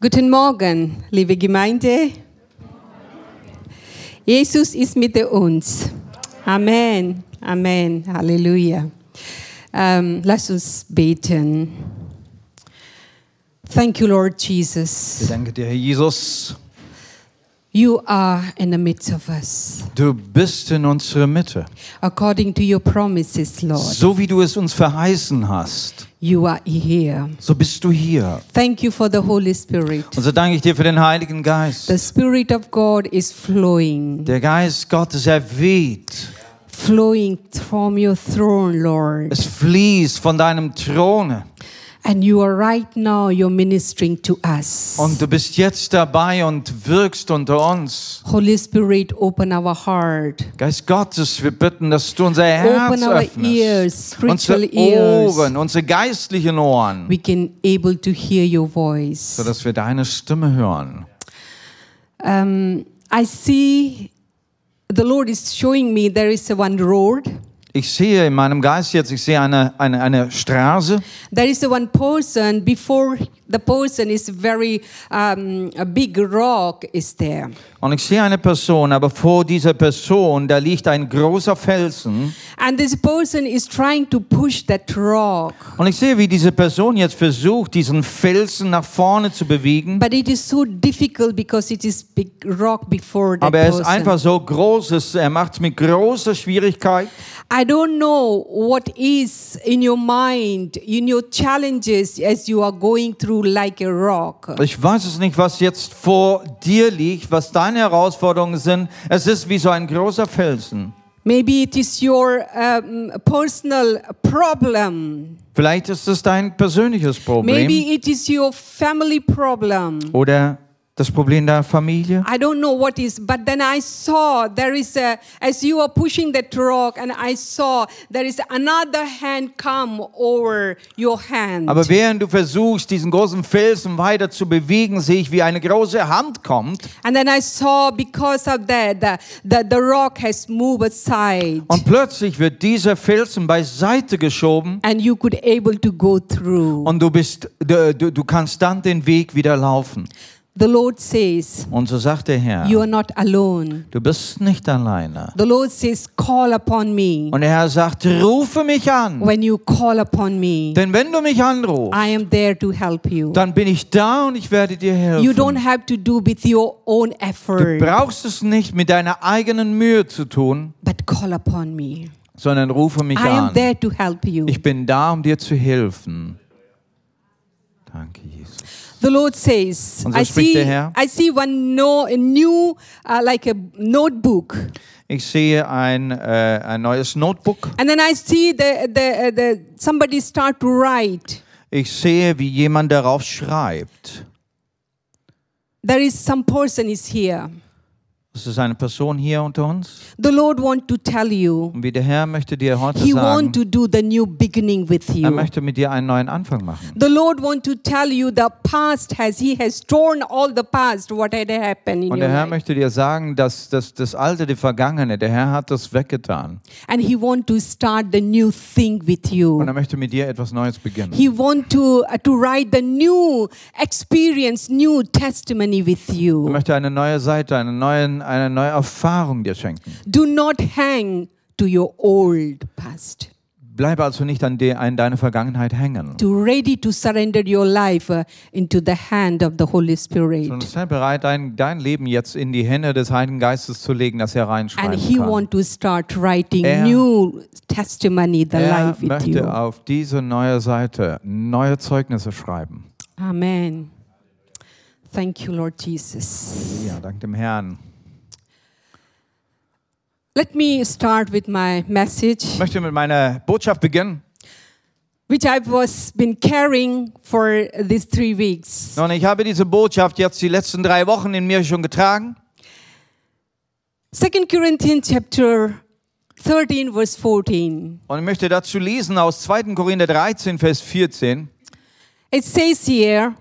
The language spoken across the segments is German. Guten Morgen, liebe Gemeinde. Jesus ist mit uns. Amen, Amen, Halleluja. Ähm, lass uns beten. Thank you, Lord Wir Jesus. danken dir, Herr Jesus. You are in the midst of us, Du bist in unserer Mitte. according to your promises, Lord. So wie du es uns verheißen hast, You are here. so bist du hier. Thank you for the Holy Spirit. Und so danke ich dir für den Heiligen Geist. The Spirit of God is flowing, Der Geist Gottes er weht. flowing from your throne, Lord. Es fließt von deinem Throne. And you are right now, you're ministering to us. Und du bist jetzt dabei und wirkst unter uns. Holy Spirit, open our heart. Geist Gottes, wir bitten, dass du unser Open Herz our ears, öffnest. spiritual Unsere ears. Ohren, unsere geistlichen Ohren, We can able to hear your voice. sodass wir deine Stimme hören. Um, I see the Lord is showing me there is a one road. Ich sehe in meinem Geist jetzt, ich sehe eine, eine, eine Straße. There is a one person before the person is very um, a big rock is there, Und ich sehe eine Person, aber vor dieser Person, da liegt ein großer Felsen. and this person is trying to push that rock, Und ich sehe, wie diese Person jetzt versucht, diesen Felsen nach vorne zu bewegen. but it is so difficult because it is big rock before that Aber er ist person. einfach so groß, es- er macht es mit großer Schwierigkeit. I don't know what is in your mind, in your challenges as you are going through like a rock. Ich weiß es nicht, was jetzt vor dir liegt, was deine Herausforderungen sind. Es ist wie so ein großer Felsen. Maybe it is your um, personal problem. Vielleicht ist es dein persönliches Problem Maybe it is your family problem. oder das Problem deiner Familie. I don't know what is, but then I saw there is a, as you are pushing that rock, and I saw there is another hand come over your hand. Aber während du versuchst, diesen großen Felsen weiter zu bewegen, sehe ich, wie eine große Hand kommt. And then I saw because of that, the, the, the rock has moved aside. Und plötzlich wird dieser Felsen beiseite geschoben and you could able to go through und du, bist, du, du du kannst dann den Weg wieder laufen. the lord says Und so sagt der Herr, you are not alone du bist nicht alleine. the lord says call upon me Und der Herr sagt, rufe mich an. when you call upon me Denn wenn du mich anrufst, i am there to help you dann bin ich da und ich werde dir you helfen. don't have to do with your own Du effort brauchst es nicht mit deiner eigenen Mühe zu tun, but call upon me sondern rufe mich i am an. there to help you Ich bin da, um dir zu helfen. Danke, Jesus. the lord says Und so i spricht see der Herr. i see one no a new uh, like a notebook Ich sehe ein, äh, ein neues Notebook. and then i see the the, uh, the somebody start to write Ich sehe, wie jemand darauf schreibt. there is some person is here Es ist eine Person hier unter uns. The Lord want to tell you. Und wie der Herr möchte dir heute He want sagen, to do the new beginning with er you. möchte mit dir einen neuen Anfang machen. The Lord want to tell you the past has He has torn all the past what had happened in Und your der Herr life, möchte dir sagen, dass das, das Alte, die Vergangene, der Herr hat das weggetan. and He want to start the new thing with Und you. er möchte mit dir etwas Neues beginnen. He want to uh, to write the new experience, new testimony with Er you. möchte eine neue Seite, eine neue, eine neue Erfahrung dir schenken. Do not hang to your old past. Bleibe also nicht an, de, an deiner Vergangenheit hängen, To ready to surrender your life uh, into the hand of the Holy sondern Spirit, sei halt bereit, dein, dein Leben jetzt in die Hände des Heiligen Geistes zu legen, dass er and reinschreiben he kann. want to start writing Er- new testimony the Er life with you möchte auf diese neue Seite neue Zeugnisse schreiben. amen thank you lord jesus Ja, dank dem Herrn. let me start with my message Ich möchte mit meiner Botschaft beginnen. which i was been carrying for these three weeks Und ich habe diese Botschaft jetzt die letzten drei Wochen in mir schon getragen. second corinthians chapter 13 verse 14 Und ich möchte dazu lesen aus 2. Korinther 13, Vers 14. It says here,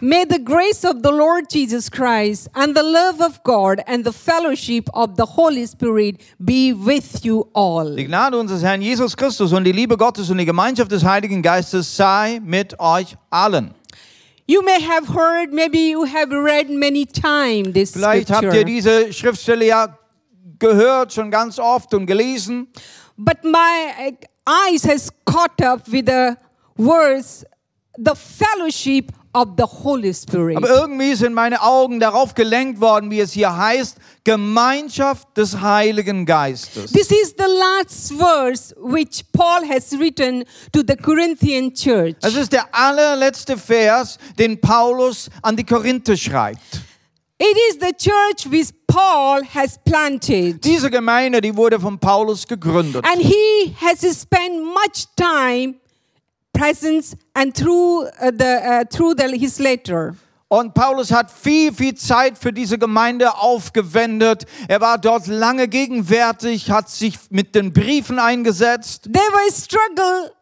May the grace of the Lord Jesus Christ and the love of God and the fellowship of the Holy Spirit be with you all. Die Gnade unseres Herrn Jesus Christus und die Liebe Gottes und die Gemeinschaft des Heiligen Geistes sei mit euch allen. You may have heard, maybe you have read many times this Vielleicht habt ihr scripture. diese Schriftstelle ja gehört, schon ganz oft und gelesen. But my uh, eyes has caught up with the words, the fellowship of the Holy Spirit. Aber irgendwie sind meine Augen darauf gelenkt worden, wie es hier heißt, Gemeinschaft des Heiligen Geistes. This is the last verse which Paul has written to the Corinthian church. Das ist der allerletzte Vers, den Paulus an die Korinther schreibt. It is the church which Paul has planted. Diese Gemeinde, die wurde von Paulus gegründet. And he has spent much time, presence, and through uh, the uh, through the, his letter. Und Paulus hat viel, viel Zeit für diese Gemeinde aufgewendet. Er war dort lange gegenwärtig, hat sich mit den Briefen eingesetzt. There was struggle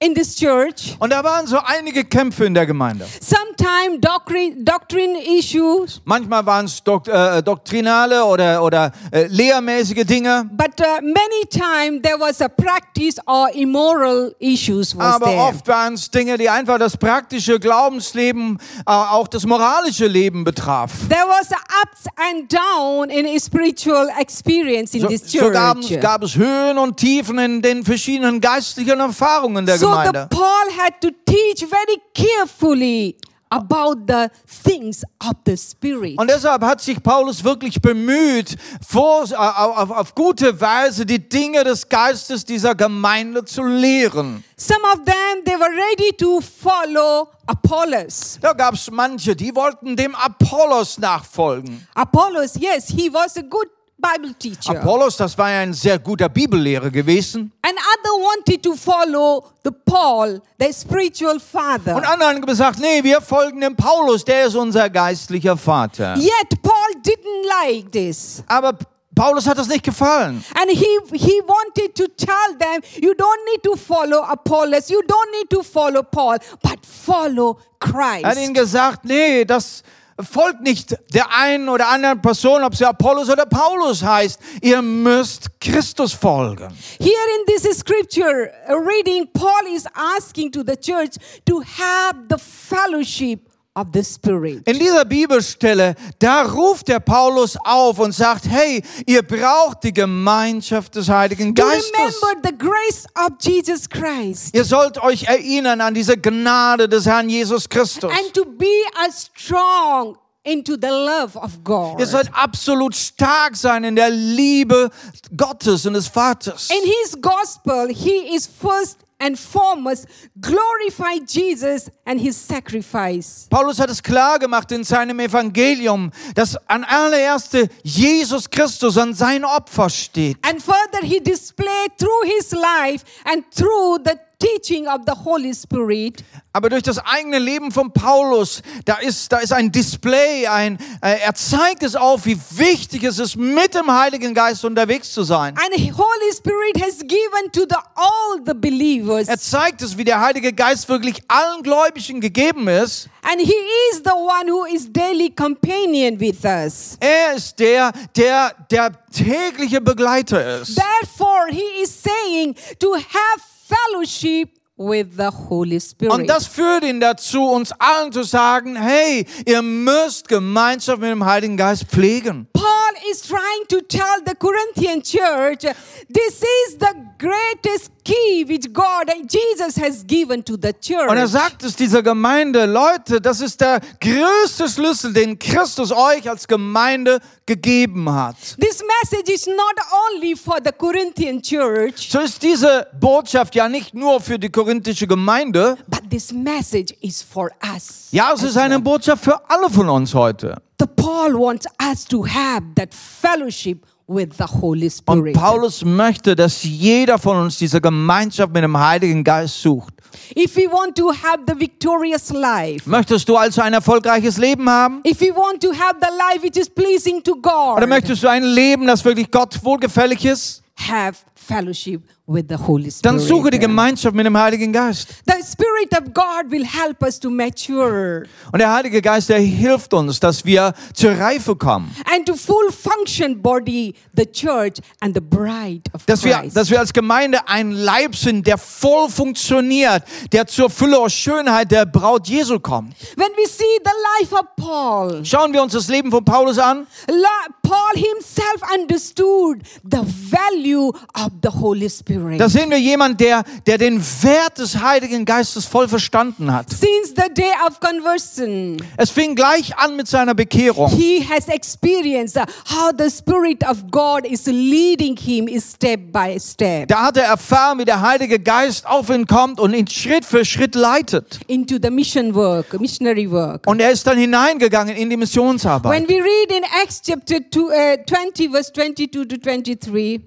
in this church. Und da waren so einige Kämpfe in der Gemeinde. Sometime doctrine doctrine issues, Manchmal waren es Dok äh, doktrinale oder, oder äh, lehrmäßige Dinge. but uh, many time there was a practice or immoral issues was Aber there. Ah, oft waren es Dinge, die einfach das praktische Glaubensleben, äh, auch das moralische Leben betraf. There was ups and down in a spiritual experience in So, this so church. gab, es- gab es Höhen und Tiefen in den verschiedenen geistlichen Erfahrungen der so the Gemeinde. Paul had to teach very carefully about the things of the spirit. Und deshalb hat sich Paulus wirklich bemüht, vor, äh, au- au- auf, auf gute Weise die Dinge des Geistes dieser Gemeinde zu lehren. Some of them they were ready to follow Apollos. Da gab es manche, die wollten dem Apollos nachfolgen. Apollos, yes, he was a good Bible teacher. Apollos, das war ja ein sehr guter Bibellehrer gewesen. and other wanted to follow the Paul, the spiritual father. Und andere haben gesagt, nee, wir folgen dem Paulus, der ist unser geistlicher Vater. Yet Paul didn't like this. Aber Paulus hat das nicht gefallen. And he, he wanted to tell them, you don't need to follow Apollos, you don't need to follow Paul, but follow Er hat Christ. ihnen gesagt, nee, das folgt nicht der einen oder anderen Person, ob sie Apollos oder Paulus heißt. Ihr müsst Christus folgen. Here in this scripture uh, reading, Paul is asking to the church to have the fellowship of the Spirit. In dieser Bibelstelle, da ruft der Paulus auf und sagt, hey, ihr braucht die Gemeinschaft des Heiligen To Geistes. remember the grace of Jesus Christ Ihr sollt euch erinnern an diese Gnade des Herrn Jesus Christus. and to be as strong into the love of God. Ihr sollt absolut stark sein in der Liebe Gottes und des Vaters. In his gospel, he is first and foremost glorify Jesus and his sacrifice. Paulus hat es klar gemacht in seinem Evangelium, dass an allererste Jesus Christus an sein Opfer steht. And further, he displayed through his life and through the teaching of the Holy Spirit Aber durch das eigene Leben von Paulus, da ist, da ist ein Display, ein, äh, er zeigt es auf, wie wichtig es ist, mit dem Heiligen Geist unterwegs zu sein. and Holy Spirit has given to the all the believers. Er zeigt es, wie der Heilige Geist wirklich allen Gläubigen gegeben ist. and he is the one who is daily companion with us. Er ist der, der der tägliche Begleiter ist. Therefore, he is saying to have fellowship with the Holy Spirit. Und das führt ihn dazu, uns allen zu sagen, hey, ihr müsst Gemeinschaft mit dem Heiligen Geist pflegen. Paul is trying to tell the Corinthian church this is the greatest key which God and Jesus has given to the church. Und er sagt es dieser Gemeinde, Leute, das ist der größte Schlüssel, den Christus euch als Gemeinde gegeben hat. this message is not only for the Corinthian church, So ist diese Botschaft ja nicht nur für die korinthische Gemeinde, but this message is for us. ja, es ist eine Botschaft für alle von uns heute. The Paul wants us to have that fellowship with the Holy Und Spirit. Paulus möchte, dass jeder von uns diese Gemeinschaft mit dem Heiligen Geist sucht. if we want to have the victorious life, Möchtest du also ein erfolgreiches Leben haben? if we want to have the life which is pleasing to Oder God, möchtest du ein Leben, das wirklich Gott wohlgefällig ist? have fellowship with the Holy Spirit. Dann suche die Gemeinschaft mit dem Heiligen Geist. The Spirit of God will help us to mature Und der Heilige Geist, der hilft uns, dass wir zur Reife kommen. and to full function body, the church and the bride of Dass wir, Christ. dass wir als Gemeinde ein Leib sind, der voll funktioniert, der zur Fülle aus Schönheit der Braut Jesu kommt. when we see the life of Paul, Schauen wir uns das Leben von Paulus an. La- Paul himself understood the value of the Holy Spirit. Da sehen wir jemanden, der, der den Wert des Heiligen Geistes voll verstanden hat. Since the day of conversion, Es fing gleich an mit seiner Bekehrung. he has experienced uh, how the Spirit of God is leading him step by step Da hat er erfahren, wie der Heilige Geist auf ihn kommt und ihn Schritt für Schritt leitet. into the mission work, missionary work. Und er ist dann hineingegangen in die Missionsarbeit. When we read in Acts chapter two, uh, 20, verse 22 to 23,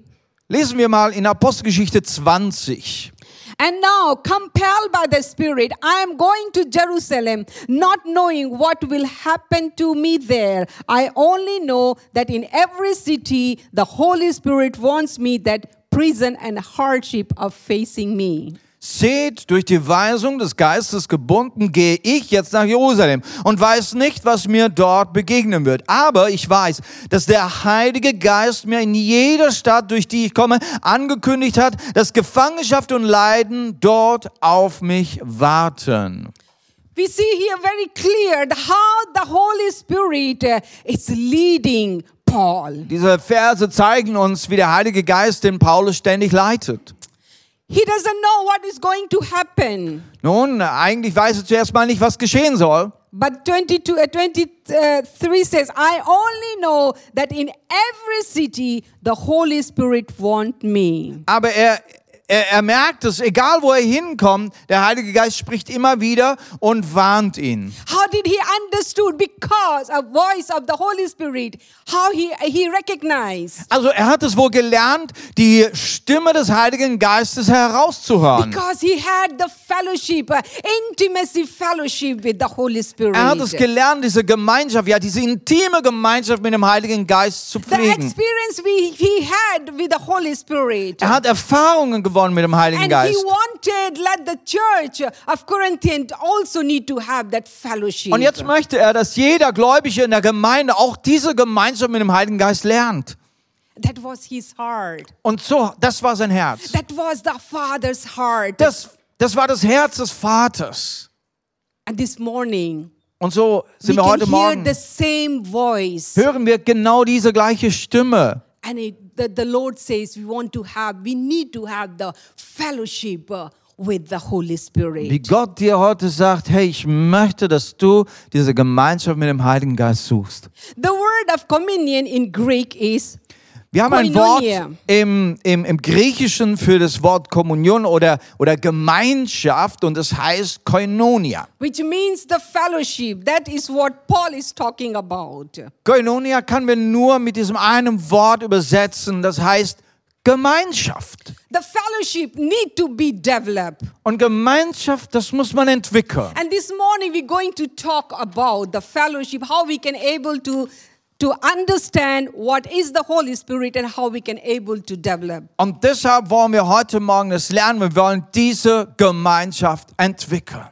Lesen wir mal in Apostelgeschichte 20. and now, compelled by the Spirit, I am going to Jerusalem, not knowing what will happen to me there. I only know that in every city, the Holy Spirit warns me that prison and hardship are facing me. Seht, durch die Weisung des Geistes gebunden gehe ich jetzt nach Jerusalem und weiß nicht, was mir dort begegnen wird. Aber ich weiß, dass der Heilige Geist mir in jeder Stadt, durch die ich komme, angekündigt hat, dass Gefangenschaft und Leiden dort auf mich warten. We see here very clear how the Holy Spirit uh, is leading Paul. Diese Verse zeigen uns, wie der Heilige Geist den Paulus ständig leitet. He doesn't know what is going to happen. Nun, eigentlich weiß er zuerst mal nicht, was geschehen soll. But 22, uh, 23 says, I only know that in every city the Holy Spirit want me. Aber er, er, er merkt es, egal wo er hinkommt, der Heilige Geist spricht immer wieder und warnt ihn. How did he understood? Because a voice of the Holy Spirit, how he, he recognized. Also er hat es wohl gelernt, die Stimme des Heiligen Geistes herauszuhören. Because he had the fellowship, uh, intimacy fellowship with the Holy Spirit. Er hat es gelernt, diese Gemeinschaft, ja, diese intime Gemeinschaft mit dem Heiligen Geist zu the pflegen. experience we, he had with the Holy Spirit. Er hat Erfahrungen gewonnen mit dem Heiligen And he Geist. wanted, let the church of Corinthians also need to have that fellowship. Und jetzt möchte er, dass jeder Gläubige in der Gemeinde auch diese Gemeinschaft mit dem Heiligen Geist lernt. That was his heart. Und so, das war sein Herz. That was the Father's heart. Das, das war das Herz des Vaters. and this morning, Und so we sind wir can heute hear Morgen, the same voice. hören wir genau diese gleiche Stimme. And it, the, the Lord says, we want to have, we need to have the fellowship uh, with the Holy Wie Spirit. Gott dir heute sagt, hey, ich möchte, dass du diese Gemeinschaft mit dem Heiligen Geist suchst. The word of communion in Greek is Wir haben ein Wort Koinonia. im, im, im Griechischen für das Wort Kommunion oder, oder Gemeinschaft und es heißt Koinonia. which means the fellowship. That is what Paul is talking about. Koinonia kann wir nur mit diesem einen Wort übersetzen, das heißt Gemeinschaft. The fellowship need to be developed. Und Gemeinschaft, das muss man entwickeln. And this morning we're going to talk about the fellowship, how we can able to to understand what is the Holy Spirit and how we can able to develop. Und deshalb wollen wir heute Morgen das lernen. Wir wollen diese Gemeinschaft entwickeln.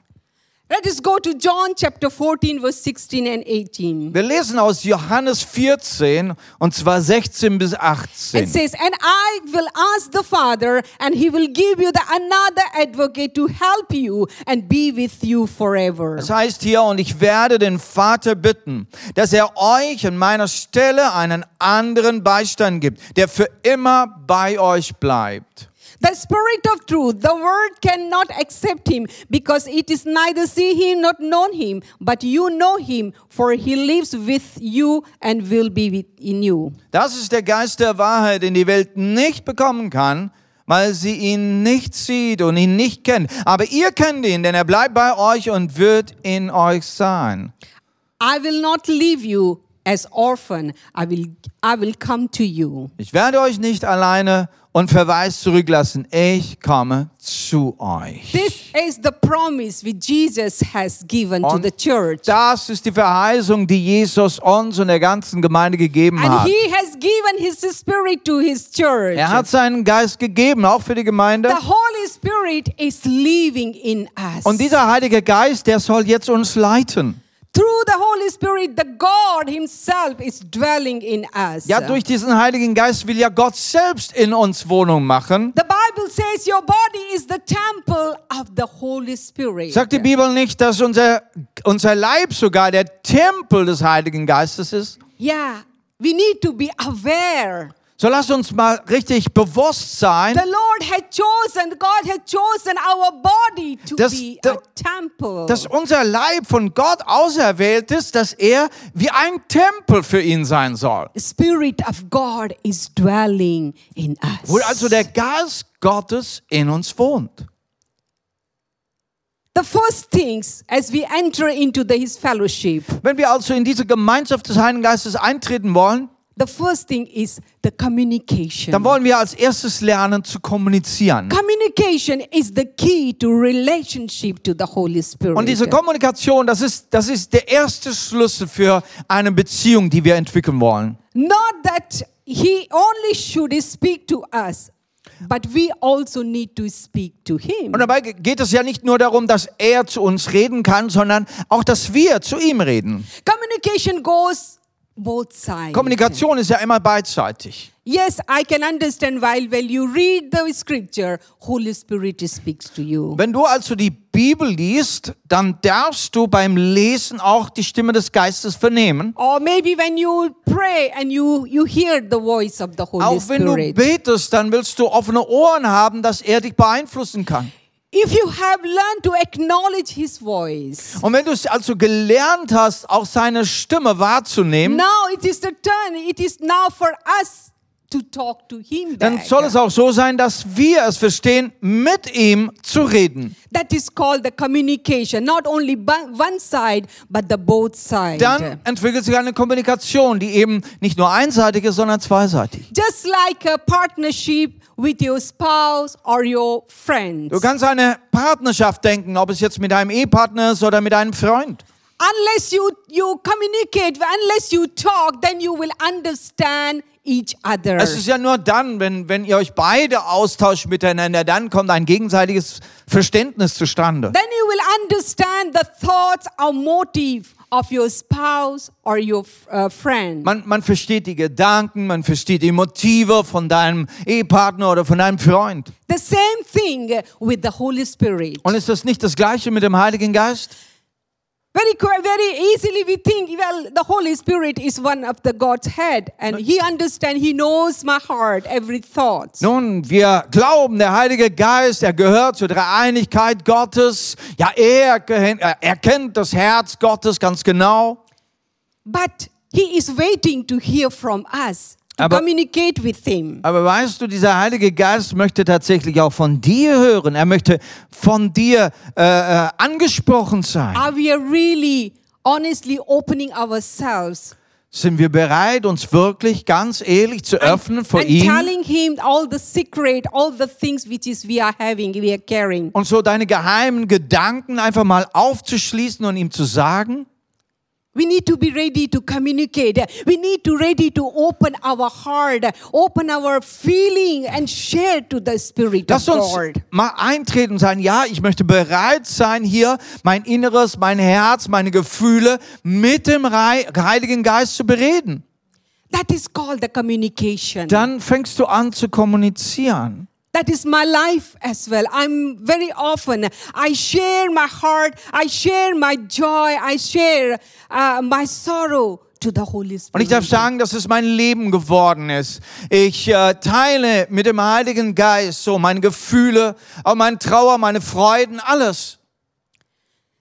Let us go to John chapter 14, verse 16 and 18. Wir lesen aus Johannes 14 und zwar 16 bis It 18. says, And I will ask the Father, and he will give you the another advocate to help you and be with you forever. Das heißt hier, und ich werde den Vater bitten, dass er euch an meiner Stelle einen anderen Beistand gibt, der für immer bei euch bleibt. The Spirit of truth, the world cannot accept him because it is neither see him nor known him, but you know him, for he lives with you and will be with- in you. Das ist der Geist der Wahrheit, den die Welt nicht bekommen kann, weil sie ihn nicht sieht und ihn nicht kennt. Aber ihr kennt ihn, denn er bleibt bei euch und wird in euch sein. I will not leave you as orphan. I will I will come to you. Ich werde euch nicht alleine und Verweis zurücklassen. Ich komme zu euch. This is the promise which Jesus has given to On- the church. Das ist die Verheißung, die Jesus uns und der ganzen Gemeinde gegeben And hat. he has given his spirit to his church. Er hat seinen Geist gegeben, auch für die Gemeinde. The Holy Spirit is living in us. Und dieser Heilige Geist, der soll jetzt uns leiten. Through the Holy Spirit, the God Himself is dwelling in us. Ja, durch diesen Heiligen Geist will ja Gott selbst in uns Wohnung machen. the Bible says your body is the temple of the Holy Spirit. Sagt die Bibel nicht, dass unser, unser Leib sogar der Tempel des Heiligen Geistes ist? yeah, we need to be aware. So lass uns mal richtig bewusst sein, The Lord had chosen, God had chosen our body to Das- be da- a temple. dass unser Leib von Gott auserwählt ist, dass er wie ein Tempel für ihn sein soll. Spirit of God is dwelling in us. Wo also der Geist Gottes in uns wohnt. the first things as we enter into the, His fellowship, Wenn wir also in diese Gemeinschaft des Heiligen Geistes eintreten wollen, the first thing is the communication. dann wollen wir als erstes lernen zu kommunizieren. Communication is the key to relationship to the Holy Spirit. Und diese Kommunikation, das ist, das ist der erste Schlüssel für eine Beziehung, die wir entwickeln wollen. Not that he only should speak to us, but we also need to speak to him. Und dabei ge- geht es ja nicht nur darum, dass er zu uns reden kann, sondern auch, dass wir zu ihm reden. Communication goes both sides. Kommunikation ist ja immer beidseitig. yes, I can understand while while you read the scripture, Holy Spirit speaks to you. Wenn du also die Bibel liest, dann darfst du beim Lesen auch die Stimme des Geistes vernehmen. or maybe when you pray and you, you hear the voice of the Holy Auch wenn du Spirit. betest, dann willst du offene Ohren haben, dass er dich beeinflussen kann. If you have learned to acknowledge his voice, Und wenn du es also gelernt hast, auch seine Stimme wahrzunehmen, Now it is the turn. It is now for us to talk to him dann back. soll es auch so sein, dass wir es verstehen, mit ihm zu reden. That is called the communication. Not only bu- one side, but the both side. Dann entwickelt sich eine Kommunikation, die eben nicht nur einseitig ist, sondern zweiseitig. Just like a partnership with your spouse or your friends. Du kannst an eine Partnerschaft denken, ob es jetzt mit einem Ehepartner ist oder mit einem Freund. Unless you, you communicate, unless you talk, then you will understand each other. Es ist ja nur dann, wenn, wenn ihr euch beide austauscht miteinander, dann kommt ein gegenseitiges Verständnis zustande. Then you will understand the thoughts or motive of your spouse or your uh, friend. Man, man versteht die Gedanken, man versteht die Motive von deinem Ehepartner oder von deinem Freund. The same thing with the Holy Spirit. Und ist das nicht das Gleiche mit dem Heiligen Geist? Very, qu- very easily we think, well, the Holy Spirit is one of the God's head, and He understands, He knows my heart, every thought. Nun, wir glauben, der Heilige Geist, er gehört zur Dreieinigkeit Gottes. Ja, er, gehen- äh, er kennt das Herz Gottes ganz genau. But He is waiting to hear from us, to Aber- communicate with Him. Aber weißt du, dieser Heilige Geist möchte tatsächlich auch von dir hören. Er möchte von dir äh, äh, angesprochen sein. Are we really, honestly opening ourselves Sind wir bereit, uns wirklich ganz ehrlich zu öffnen vor and ihm telling Him all the secret, all the things which is we are having, we are carrying? und so deine geheimen Gedanken einfach mal aufzuschließen und ihm zu sagen? We need to be ready to communicate. We need to ready to open our heart, open our feeling and share to the Spirit Lass of uns God. mal eintreten und sagen, ja, ich möchte bereit sein, hier mein Inneres, mein Herz, meine Gefühle mit dem Rei- Heiligen Geist zu bereden. That is called the communication. Dann fängst du an zu kommunizieren. That is my life as well. I'm very often, I share my heart, I share my joy, I share uh, my sorrow to the Holy Und ich Spirit. darf sagen, dass es mein Leben geworden ist. Ich äh, teile mit dem Heiligen Geist so meine Gefühle, auch meine Trauer, meine Freuden, alles.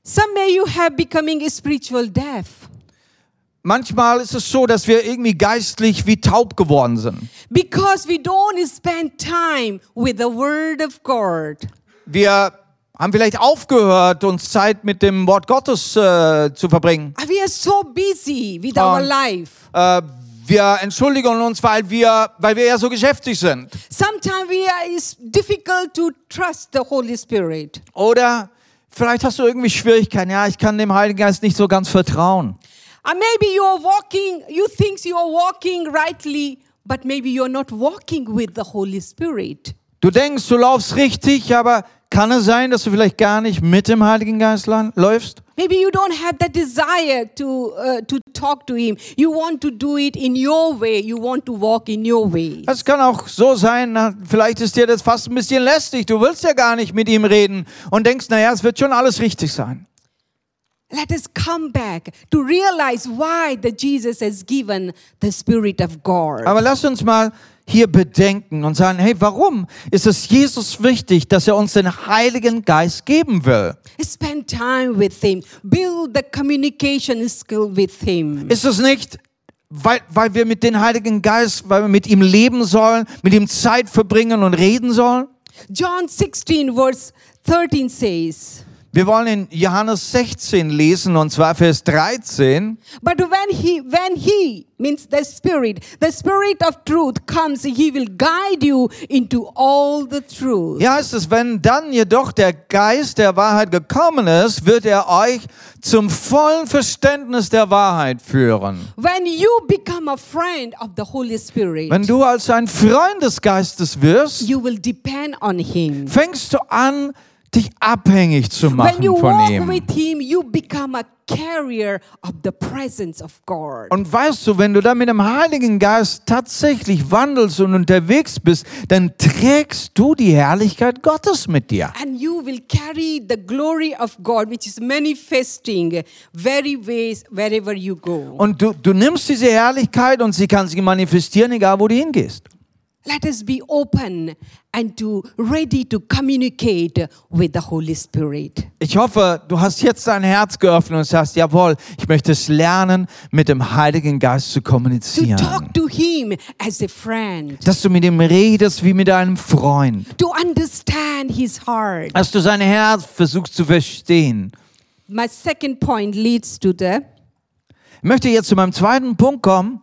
Some may you have becoming spiritual deaf Manchmal ist es so, dass wir irgendwie geistlich wie taub geworden sind. because we don't spend time with the Word of God. Wir haben vielleicht aufgehört, uns Zeit mit dem Wort Gottes äh, zu verbringen. We are so busy with our Um, life. Äh, Wir entschuldigen uns, weil wir, weil wir ja so geschäftig sind. Sometimes we are, it's difficult to trust the Holy Spirit. Oder vielleicht hast du irgendwie Schwierigkeiten. Ja, ich kann dem Heiligen Geist nicht so ganz vertrauen. And maybe you are walking, you think you are walking rightly, but maybe you are not walking with the Holy Spirit. Du denkst, du laufst richtig, aber kann es sein, dass du vielleicht gar nicht mit dem Heiligen Geist lan- läufst? Maybe you don't have the desire to, uh, to talk to Him. You want to do it in your way, you want to walk in your way. Es kann auch so sein, na, vielleicht ist dir das fast ein bisschen lästig. Du willst ja gar nicht mit ihm reden und denkst, naja, es wird schon alles richtig sein. Let us come back to realize why the Jesus has given the Spirit of God. Aber lass uns mal hier bedenken und sagen, hey, warum ist es Jesus wichtig, dass er uns den Heiligen Geist geben will? Spend time with Him. Build the communication skill with Him. Ist es nicht, weil, weil wir mit dem Heiligen Geist, weil wir mit ihm leben sollen, mit ihm Zeit verbringen und reden sollen? John 16, verse 13 says, Wir wollen in Johannes 16 lesen und zwar Vers 13. But when he, when he, means the Spirit, the Spirit of truth comes, he will guide you into all the truth. Hier heißt es, wenn dann jedoch der Geist der Wahrheit gekommen ist, wird er euch zum vollen Verständnis der Wahrheit führen. When you become a friend of the Holy Spirit, Wenn du als ein Freund des Geistes wirst, you will depend on him. fängst du an, dich abhängig zu When you machen von walk ihm. with him, you become a carrier of the presence of God. Und weißt du, wenn du dann mit dem Heiligen Geist tatsächlich wandelst und unterwegs bist, dann trägst du die Herrlichkeit Gottes mit dir. And you will carry the glory of God, which is manifesting very ways wherever you go. Und du, du nimmst diese Herrlichkeit und sie kann sich manifestieren, egal wo du hingehst. Let us be open and to ready to communicate with the Holy Spirit. Ich hoffe, du hast jetzt dein Herz geöffnet und sagst, jawohl, ich möchte es lernen, mit dem Heiligen Geist zu To kommunizieren. talk to him as a friend. Dass du mit ihm redest wie mit einem Freund. To understand his heart. Dass du sein Herz versuchst zu verstehen. My second point leads to the Ich möchte jetzt zu meinem zweiten Punkt kommen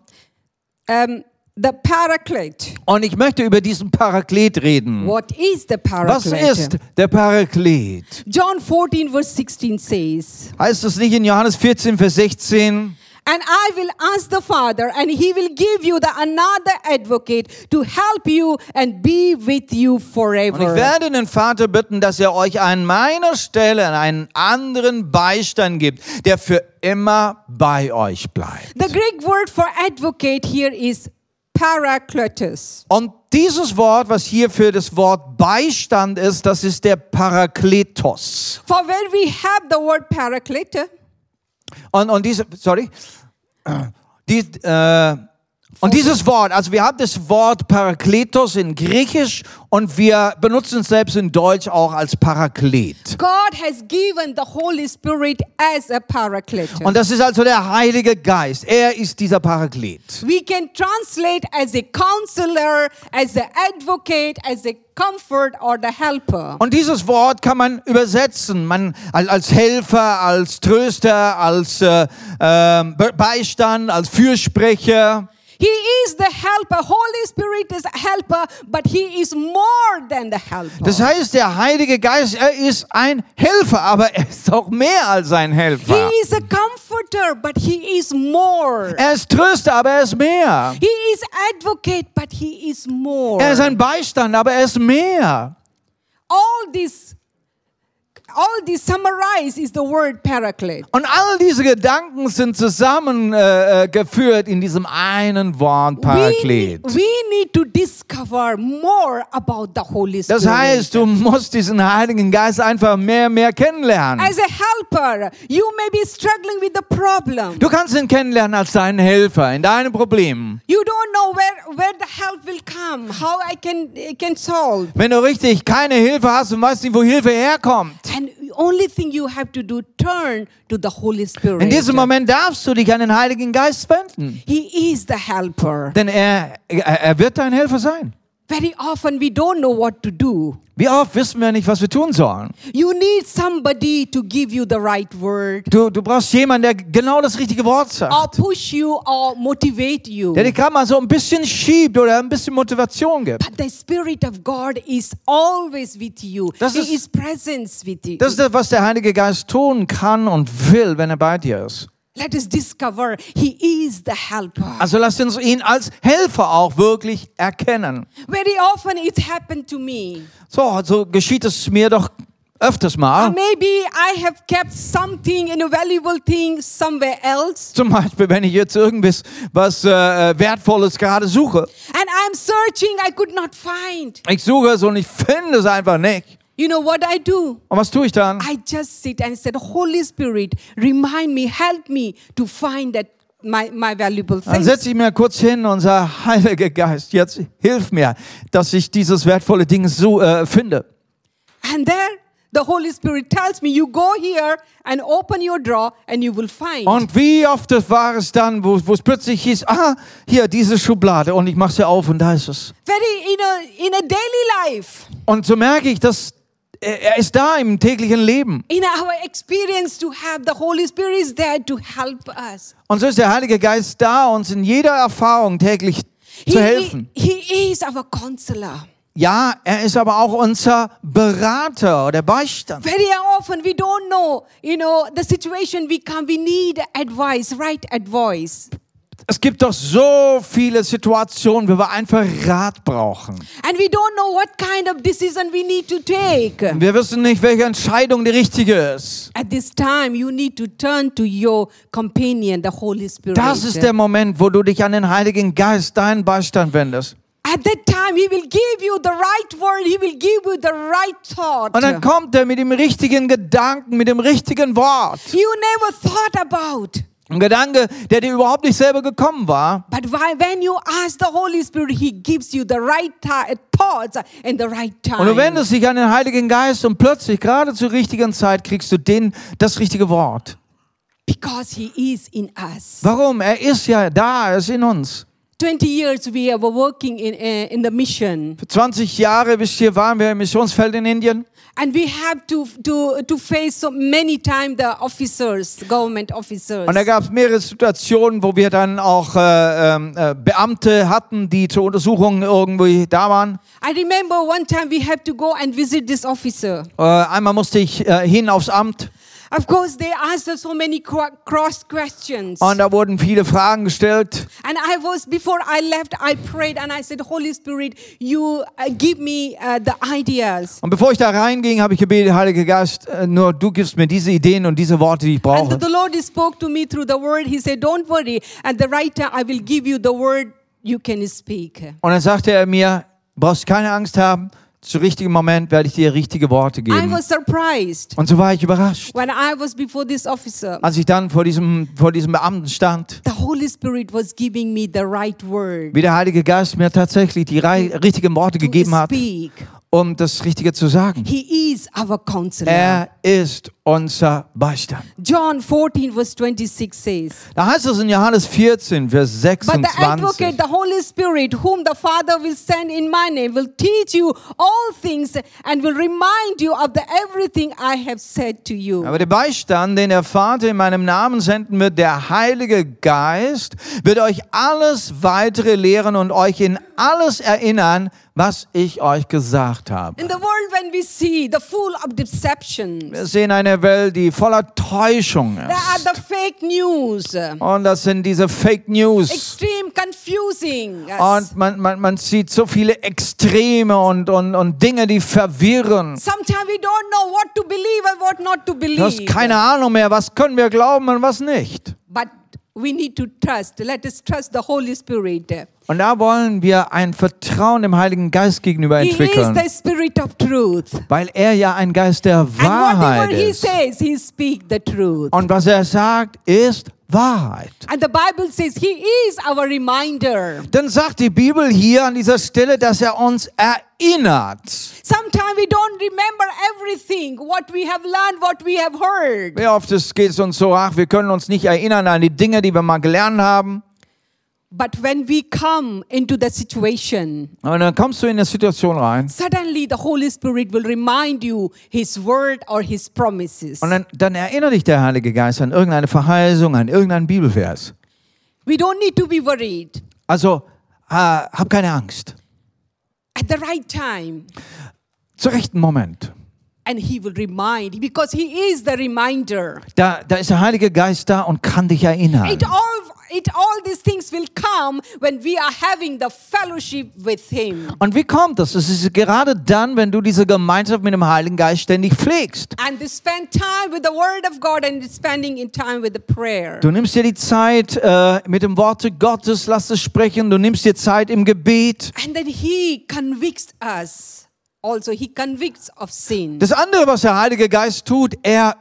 um, the paraclete. und ich möchte über diesen Paraklet reden. What is the Was paraclete? ist der Paraklet? John 14 verse 16 says, Heißt es nicht in Johannes 14, Vers 16? And I will ask the Father, and he will give you the another advocate to help you and be with you Und ich forever. werde den Vater bitten, dass er euch an meiner Stelle einen anderen Beistand gibt, der für immer bei euch bleibt. The Greek word for advocate here is parakletos. Und dieses Wort, was hier für das Wort Beistand ist, das ist der Parakletos. For where we have the word paraclete, Und, und diese, sorry, Äh, die, äh, und dieses Wort, also wir haben das Wort Parakletos in Griechisch und wir benutzen es selbst in Deutsch auch als Paraklet. God has given the Holy Spirit as a paraclete. Und das ist also der Heilige Geist. Er ist dieser Paraklet. We can translate as a counselor, as an advocate, as a comfort or the helper. Und dieses Wort kann man übersetzen, man al- als Helfer, als Tröster, als äh, ähm, Be- Beistand, als Fürsprecher. He is the helper. Holy Spirit is a helper, but he is more than the helper. Das heißt, der Heilige Geist, er ist ein Helfer, aber er ist auch mehr als ein he Helfer. is a comforter, but he is more. Er ist Tröster, aber er ist mehr. He is advocate, but he is more. Er ist ein Beistand, aber er ist mehr. all this, all this summarized is the word paraclete. Und all diese Gedanken sind zusammengeführt äh, geführt in diesem einen Wort We, Paraklet. we need to discover more about the Holy Spirit. Das heißt, du musst diesen Heiligen Geist einfach mehr, mehr kennenlernen. As a helper, you may be struggling with the problem. Du kannst ihn kennenlernen als deinen Helfer in deinen Problemen. You don't know where, where the help will come, how I can, I can solve. Wenn du richtig keine Hilfe hast und weißt nicht, wo Hilfe herkommt. And only thing you have to do, turn to the Holy Spirit. In diesem Moment darfst du dich an den Heiligen Geist wenden. he is the helper. Denn er, er, er wird dein Helfer sein. Very often we don't know what to do. Wie oft wissen wir nicht, was wir tun sollen? You need somebody to give you the right word Du, du brauchst jemanden, der genau das richtige Wort sagt. or push you or motivate you. Der dich gerade mal so ein bisschen schiebt oder ein bisschen Motivation gibt. But the Spirit of God is always with you. Das he ist- is presence with you. Das ist das, was der Heilige Geist tun kann und will, wenn er bei dir ist. Let us discover He is the helper. Also lasst uns ihn als Helfer auch wirklich erkennen. Very often it happened to me. So, so geschieht es mir doch öfters Or mal. maybe I have kept something, an valuable thing, somewhere else. Zum Beispiel, wenn ich jetzt irgendwas was, äh, Wertvolles gerade suche. And I'm searching, I could not find. Ich suche es und ich finde es einfach nicht. You know what I do? Und was tue ich dann? I just sit and said, Holy Spirit, remind me, help me to find that my, my valuable Dann thing. setze ich mir kurz hin und sage, Heiliger Geist, jetzt hilf mir, dass ich dieses wertvolle Ding so äh, finde. And there the Holy Spirit tells me, you go here and open your drawer and you will find. Und wie oft das war es dann, wo wo es plötzlich hieß, ah, hier, diese Schublade und ich mache sie auf und da ist es. Very in a, in a daily life, Und so merke ich, dass er er ist da im täglichen Leben. in our experience to have the Holy Spirit is there to help us. Und so ist der Heilige Geist da, uns in jeder Erfahrung täglich He, zu helfen. he- he is our counselor. Ja, er ist aber auch unser Berater oder Beistand. Very often we don't know, you know, the situation we come, we need advice, right advice. Es gibt doch so viele Situationen, wo wir einfach Rat brauchen. And we don't know what kind of decision we need to take. Wir wissen nicht, welche Entscheidung die richtige ist. At this time, you need to turn to your companion, the Holy Spirit. Das ist der Moment, wo du dich an den Heiligen Geist, deinen Beistand wendest. At that time, He will give you the right word, He will give you the right thought. Und dann kommt er mit dem richtigen Gedanken, mit dem richtigen Wort. you never thought about. Ein Gedanke, der dir überhaupt nicht selber gekommen war. But why, when you ask the Holy Spirit, He gives you the right thi- thoughts and the right time. Und du wendest dich an den Heiligen Geist und plötzlich, gerade zur richtigen Zeit, kriegst du den, das richtige Wort. because He is in us. Warum? Er ist ja da, er ist in uns. 20 years we were working in, uh, in the mission, Für 20 Jahre bis hier waren wir im Missionsfeld in Indien. and we have to, to, to face so many times the officers, government officers. Und da gab es mehrere Situationen, wo wir dann auch äh, ähm, äh, Beamte hatten, die zur Untersuchung irgendwie da waren. I remember one time we had to go and visit this officer. Äh, einmal musste ich äh, hin aufs Amt Of course, they asked us so many cro- cross questions. und da wurden viele Fragen gestellt. And I was, before I left, I prayed and I said, Holy Spirit, you uh, give me uh, the ideas. Und bevor ich da reinging, habe ich gebetet, Heiliger Geist, äh, nur du gibst mir diese Ideen und diese Worte, die ich And brauche. the, the Lord spoke to me through the word. He said, Don't worry. At the right time, I will give you the word you can speak. Und dann sagte er mir, brauchst keine Angst haben, zu richtigen Moment werde ich dir richtige Worte I geben. was surprised Und so war ich überrascht. when I was before this officer. Als ich dann vor diesem, vor diesem Beamten stand, The Holy Spirit was giving me the right word wie der Heilige Geist mir tatsächlich die rei- richtigen Worte gegeben to hat, speak. um das Richtige zu sagen. He is our counselor. Er ist unser Beistand. John 14, verse 26 says, Da heißt es in Johannes 14, Vers But the advocate, 26. the Holy Spirit, whom the Father will send in my name, will teach you all things and will remind you of the everything I have said to you. Aber der Beistand, den der Vater in meinem Namen senden wird, der Heilige Geist, wird euch alles weitere lehren und euch in alles erinnern, was ich euch gesagt habe. In the world, when we see the full of deception, there Wir sehen eine Welt, die voller Täuschung are ist. the fake news, Und das sind diese Fake News. extreme confusing. us. Und man, man, man sieht so viele Extreme und, und, und Dinge, die verwirren. Sometimes we don't know what to believe and what not to Du hast believe. keine Ahnung mehr, was können wir glauben und was nicht. But we need to trust. Let us trust the Holy Spirit. Und da wollen wir ein Vertrauen dem Heiligen Geist gegenüber He is entwickeln. the Spirit of truth. Weil er ja ein Geist der And Wahrheit whatever he ist. says, he speaks the truth. Und was er sagt, ist Wahrheit. And the Bible says he is our reminder. Dann sagt die Bibel hier an dieser Stelle, dass er uns erinnert. Sometimes we don't remember everything, what we have learned, what we have heard. Wie oft es geht es uns so, ach, wir können uns nicht erinnern an die Dinge, die wir mal gelernt haben. But when we come into the situation, Aber dann kommst du in eine Situation rein suddenly the Holy Spirit will remind you His word or His promises. und dann, dann erinnert dich der Heilige Geist an irgendeine Verheißung, an irgendeinen Bibelvers. We don't need to be worried. Also äh, hab keine Angst. At the right time, Zu rechten Moment. and He will remind because He is the reminder. Da, da ist der Heilige Geist da und kann dich erinnern. It all, it all these things will come when we are having the fellowship with Him. Und wie kommt das? Es ist gerade dann, wenn du diese Gemeinschaft mit dem Heiligen Geist ständig pflegst. And they spend time with the Word of God and spending in time with the prayer. Du nimmst dir die Zeit äh, mit dem Worte Gottes, lass es sprechen. Du nimmst dir Zeit im Gebet. And then He convicts us. Also, He convicts of sin. Das andere, was der Heilige Geist tut, er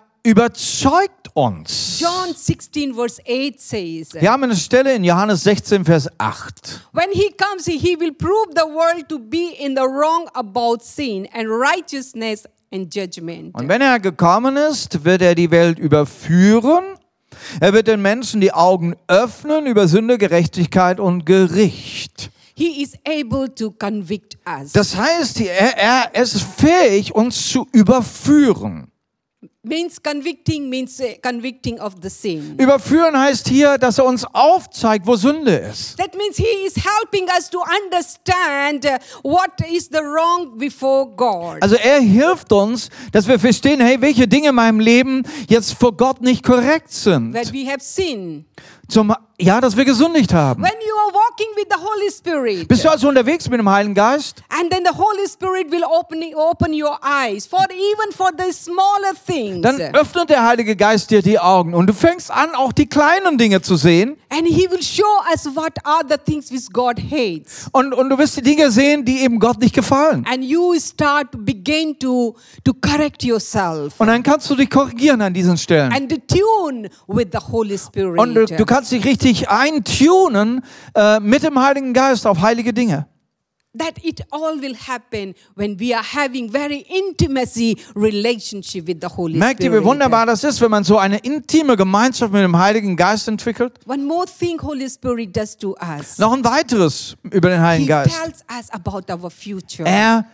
überzeugt uns. John 16, verse 8 says, Wir haben eine Stelle in Johannes 16, Vers 8. When He comes, He will prove the world to be in the wrong about sin and righteousness and judgment. Und wenn er gekommen ist, wird er die Welt überführen. Er wird den Menschen die Augen öffnen über Sünde, Gerechtigkeit und Gericht. He is able to convict us. Das heißt, er, er ist fähig, uns zu überführen. means convicting means uh, convicting of the sin. Überführen heißt hier, dass er uns aufzeigt, wo Sünde ist. That means He is helping us to understand uh, what is the wrong before God. Also er hilft uns, dass wir verstehen, hey, welche Dinge in meinem Leben jetzt vor Gott nicht korrekt That sind. we have sin. Zum, ja, dass wir gesündigt haben. When you are walking with the Holy Spirit, Bist du also unterwegs mit dem Heiligen Geist? and then the Holy Spirit will open, open your eyes for even for the smaller things. Dann öffnet der Heilige Geist dir die Augen und du fängst an, auch die kleinen Dinge zu sehen. and He will show us what are the things which God hates. Und, und du wirst die Dinge sehen, die eben Gott nicht gefallen. And you start to begin to, to correct yourself Und dann kannst du dich korrigieren an diesen Stellen. and to tune with the Holy Spirit. Und du, du kannst dich richtig eintunen äh, mit dem Heiligen Geist auf heilige Dinge. that it all will happen when we are having very intimacy relationship with the Holy Merkt ihr, Spirit. wie wunderbar das ist, wenn man so eine intime Gemeinschaft mit dem Heiligen Geist entwickelt? One more thing Holy Spirit does to us. Noch ein weiteres über den Heiligen He Geist. tells us about our future. Er,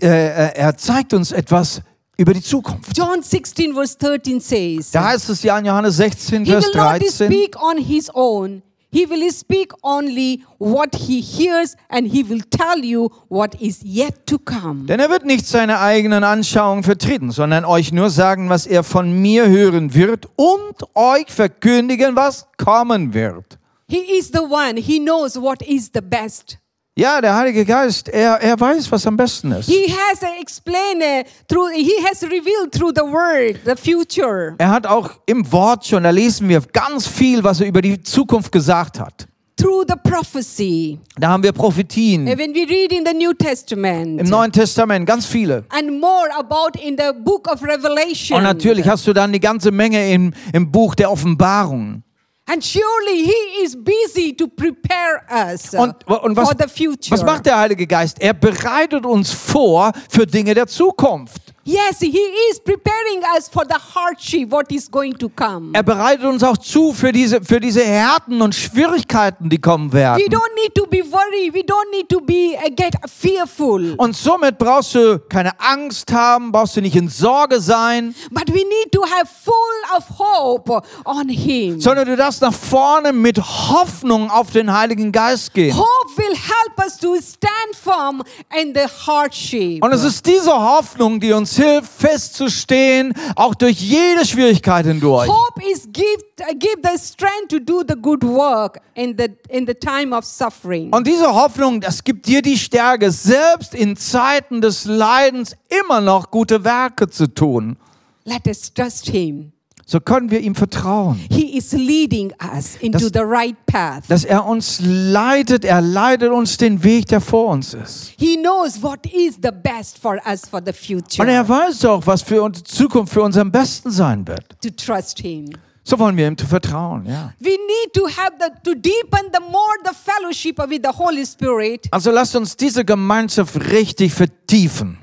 äh, äh, er zeigt uns etwas über die Zukunft. John 16 verse 13 says, Da heißt es ja in Johannes 16, He Vers will not 13. speak on his own. He will speak only what he hears and he will tell you what is yet to come. Denn er wird nicht seine eigenen Anschauungen vertreten, sondern euch nur sagen, was er von mir hören wird und euch verkündigen, was kommen wird. He is the one. He knows what is the best. Ja, der Heilige Geist, er, er weiß, was am besten ist. He has uh, explained uh, through, he has revealed through the word the future. Er hat auch im Wort schon, da lesen wir ganz viel, was er über die Zukunft gesagt hat. through the prophecy. Da haben wir Prophetien And When we read in the New im Testament Neuen Testament, ganz viele. and more about in the book of Revelation. Und natürlich hast du dann die ganze Menge im, im Buch der Offenbarung. And surely he is busy to prepare us uh, Und, und was, for the future. was macht der Heilige Geist? Er bereitet uns vor für Dinge der Zukunft. Yes, he is preparing us for the hardship, what is going to come. Er bereitet uns auch zu für diese, für diese Härten und Schwierigkeiten, die kommen We werden. don't need to be worried. We don't need to be uh, get fearful. Und somit brauchst du keine Angst haben, brauchst du nicht in Sorge sein. But we need to have full of hope on him. sondern du darfst nach vorne mit Hoffnung auf den Heiligen Geist gehen. hope will help us to stand firm in the hardship. Und es ist diese Hoffnung, die uns hilft, festzustehen, auch durch jede Schwierigkeit hindurch. Hope is give uh, give the strength to do the good work in the in the time of suffering. Und diese Hoffnung, das gibt dir die Stärke, selbst in Zeiten des Leidens immer noch gute Werke zu tun. Let us trust Him. So können wir ihm vertrauen, He is leading us into Das- the right path. dass er uns leitet, er leitet uns den Weg, der vor uns ist. He knows what is the best for us for the future. Und er weiß auch, was für unsere Zukunft für uns am besten sein wird. to trust Him. So wollen wir ihm vertrauen, ja. We need to have the to deepen the more the fellowship with the Holy Spirit Also lasst uns diese Gemeinschaft richtig vertiefen.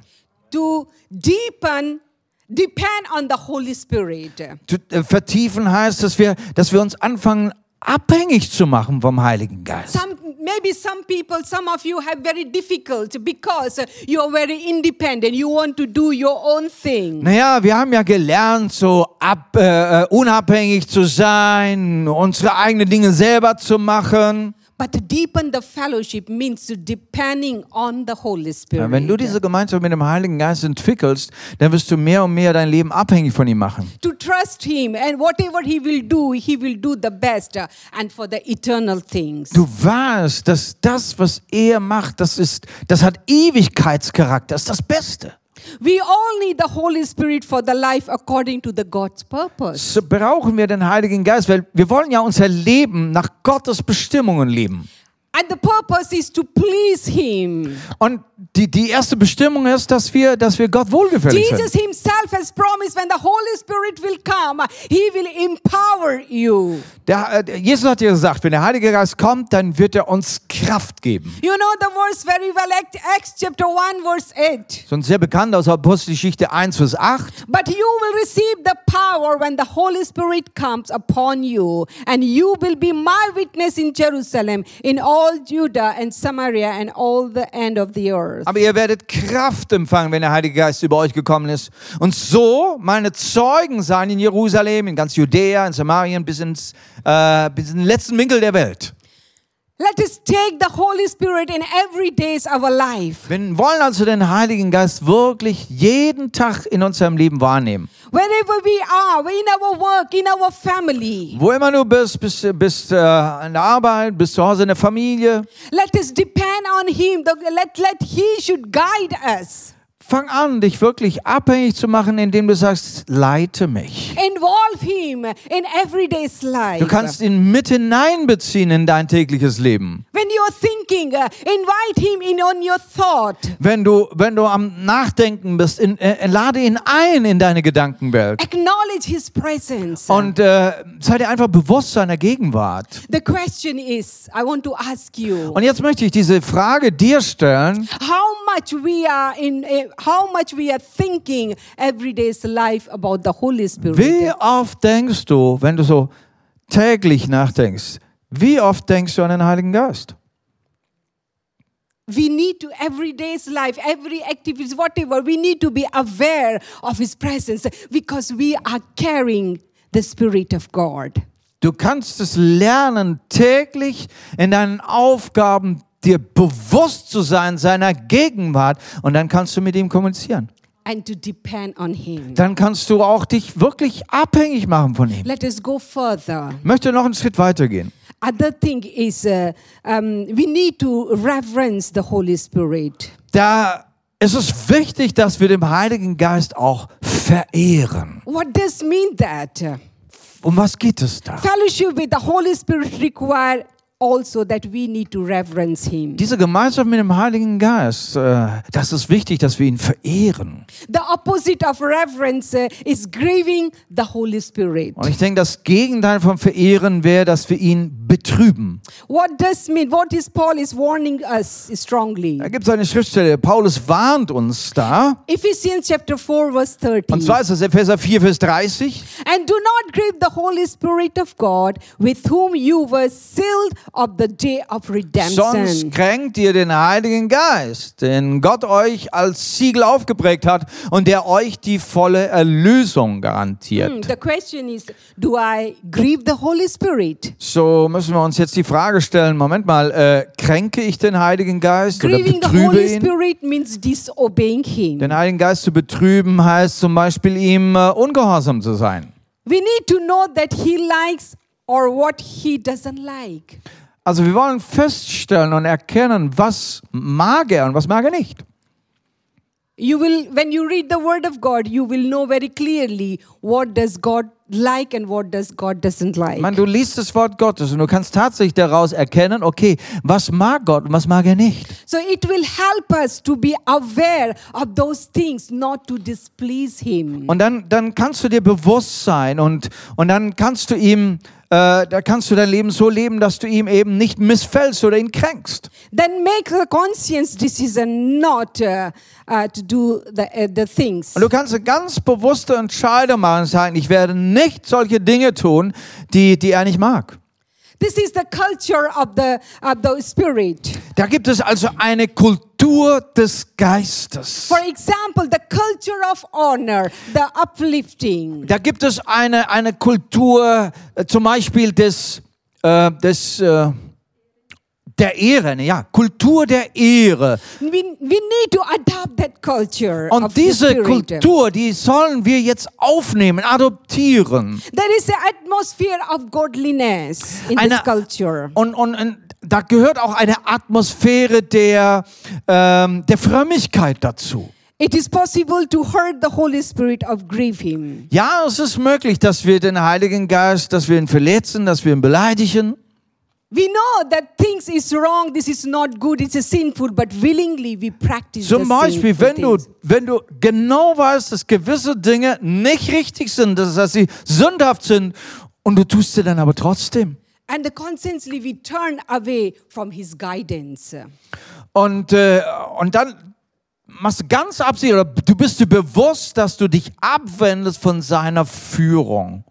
to deepen depend on the Holy Spirit. T- äh, Vertiefen heißt, dass wir, dass wir uns anfangen abhängig zu machen vom Heiligen Geist. Some, maybe some people, some of you have very difficult because you are very independent. You want to do your own thing. Naja, wir haben ja gelernt, so ab, äh, äh, unabhängig zu sein, unsere eigenen Dinge selber zu machen. But to deepen the fellowship means to depending on the Holy Spirit. Ja, wenn du diese Gemeinschaft mit dem Heiligen Geist entwickelst, dann wirst du mehr und mehr dein Leben abhängig von ihm machen. to trust Him and whatever He will do, He will do the best uh, and for the eternal things. Du weißt, dass das, was er macht, das ist, das hat Ewigkeitscharakter, ist das Beste. We all need the Holy Spirit for the life according to the God's purpose. So brauchen wir den Heiligen Geist, weil wir wollen ja unser Leben nach Gottes Bestimmungen leben. And the purpose is to please Him. Und die, die erste Bestimmung ist, dass wir, dass wir Gott wohlgefällig sind. Jesus Himself has promised when the Holy Spirit will come, He will empower you. Der, äh, Jesus hat ja gesagt, wenn der Heilige Geist kommt, dann wird er uns Kraft geben. You know the verse very well, Act- Acts chapter 1, verse 8. So ein sehr bekannt aus Apostelgeschichte 1 bis 8. But you will receive the power when the Holy Spirit comes upon you, and you will be my witness in Jerusalem, in all Judah and Samaria, and all the end of the earth. Aber ihr werdet Kraft empfangen, wenn der Heilige Geist über euch gekommen ist. Und so meine Zeugen sein in Jerusalem, in ganz Judäa, in Samarien, bis, ins, äh, bis in den letzten Winkel der Welt. Let us take the Holy Spirit in every days of our life. Wir wollen also den Heiligen Geist wirklich jeden Tag in unserem Leben wahrnehmen. Wherever we are, in our work, in our family, Wo immer du bist, bist, bist äh, an der Arbeit, bist zu Hause in der Familie. let us depend on Him. The- Let, let He should guide us. Fang an, dich wirklich abhängig zu machen, indem du sagst, leite mich. Involve Him in everyday's life. Du kannst ihn mit hineinbeziehen in dein tägliches Leben. When you are thinking, uh, invite Him in on your thought. Wenn du, wenn du am Nachdenken bist, in, äh, lade ihn ein in deine Gedankenwelt. Acknowledge His presence. Und äh, sei dir einfach bewusst seiner Gegenwart. the question is, I want to ask you, Und jetzt möchte ich diese Frage dir stellen. how much we are in, uh, how much we are thinking everyday's life about the Holy Spirit. Wie oft denkst du, wenn du so täglich nachdenkst, wie oft denkst du an den Heiligen Geist? we need to everyday's life, every activity, whatever. We need to be aware of His presence because we are carrying the Spirit of God. Du kannst es lernen, täglich in deinen Aufgaben dir bewusst zu sein seiner Gegenwart und dann kannst du mit ihm kommunizieren. And to depend on Him. Dann kannst du auch dich wirklich abhängig machen von ihm. Let us go further. Ich möchte noch einen Schritt weitergehen. Other thing is uh, um, we need to reverence the Holy Spirit. Da ist es wichtig, dass wir dem Heiligen Geist auch verehren. What does mean that? Um was geht es da? Fellowship with the Holy Spirit require also that we need to reverence Him. Diese Gemeinschaft mit dem Heiligen Geist, äh, das ist wichtig, dass wir ihn verehren. The opposite of reverence uh, is grieving the Holy Spirit. Und ich denke, das Gegenteil von verehren wäre, dass wir ihn betrüben. What does mean? What is Paul is warning us strongly? Da gibt es eine Schriftstelle, Paulus warnt uns da. Ephesians chapter 4 verse 13. Und zwar ist das Epheser 4, Vers 30. And do not grieve the Holy Spirit of God, with whom you were sealed of the day of redemption. Sonst kränkt ihr den Heiligen Geist, den Gott euch als Siegel aufgeprägt hat und der euch die volle Erlösung garantiert. Hmm, The question is Do I grieve the Holy Spirit? So müssen wir uns jetzt die Frage stellen, Moment mal, äh, kränke ich den Heiligen Geist oder Grieving the Holy betrübe ihn? Spirit means disobeying Him. Den Heiligen Geist zu betrüben heißt zum Beispiel, ihm äh, ungehorsam zu sein. We need to know that He likes or what He doesn't like. Also wir wollen feststellen und erkennen, was mag er und was mag er nicht. You will, when you read the Word of God, you will know very clearly what does God like and what does God doesn't like. Man, du liest das Wort Gottes und du kannst tatsächlich daraus erkennen, okay, was mag Gott und was mag er nicht. so it will help us to be aware of those things, not to displease Him. Und dann, dann kannst du dir bewusst sein und, und dann kannst du ihm, äh, da kannst du dein Leben so leben, dass du ihm eben nicht missfällst oder ihn kränkst. Then make a conscious decision not uh, uh, to do the, uh, the things. Und du kannst eine ganz bewusste Entscheidung machen und sagen, ich werde nicht solche Dinge tun, die, die er nicht mag. This is the culture of the, of the Spirit. Da gibt es also eine Kultur des Geistes. For example, the culture of honor, the uplifting. Da gibt es eine, eine Kultur äh, zum Beispiel des, äh, des äh, der Ehre, ne, ja, Kultur der Ehre. We, we need to adopt that culture of Und the diese Spirit. Kultur, die sollen wir jetzt aufnehmen, adoptieren. There is an atmosphere of godliness in this Eine- culture. Und, und, und da gehört auch eine Atmosphäre der, ähm, der Frömmigkeit dazu. It is possible to hurt the Holy Spirit or grieve Him. Ja, es ist möglich, dass wir den Heiligen Geist, dass wir ihn verletzen, dass wir ihn beleidigen. We know that things is wrong, this is not good, it's a sinful, but willingly we practice Zum the Beispiel, sinful wenn du, things. wenn du genau weißt, dass gewisse Dinge nicht richtig sind, dass dass sie sündhaft sind, und du tust sie dann aber trotzdem. And the constantly we turn away from His guidance. Und, äh, und dann machst du ganz absichtlich, oder du bist dir bewusst, dass du dich abwendest von seiner Führung.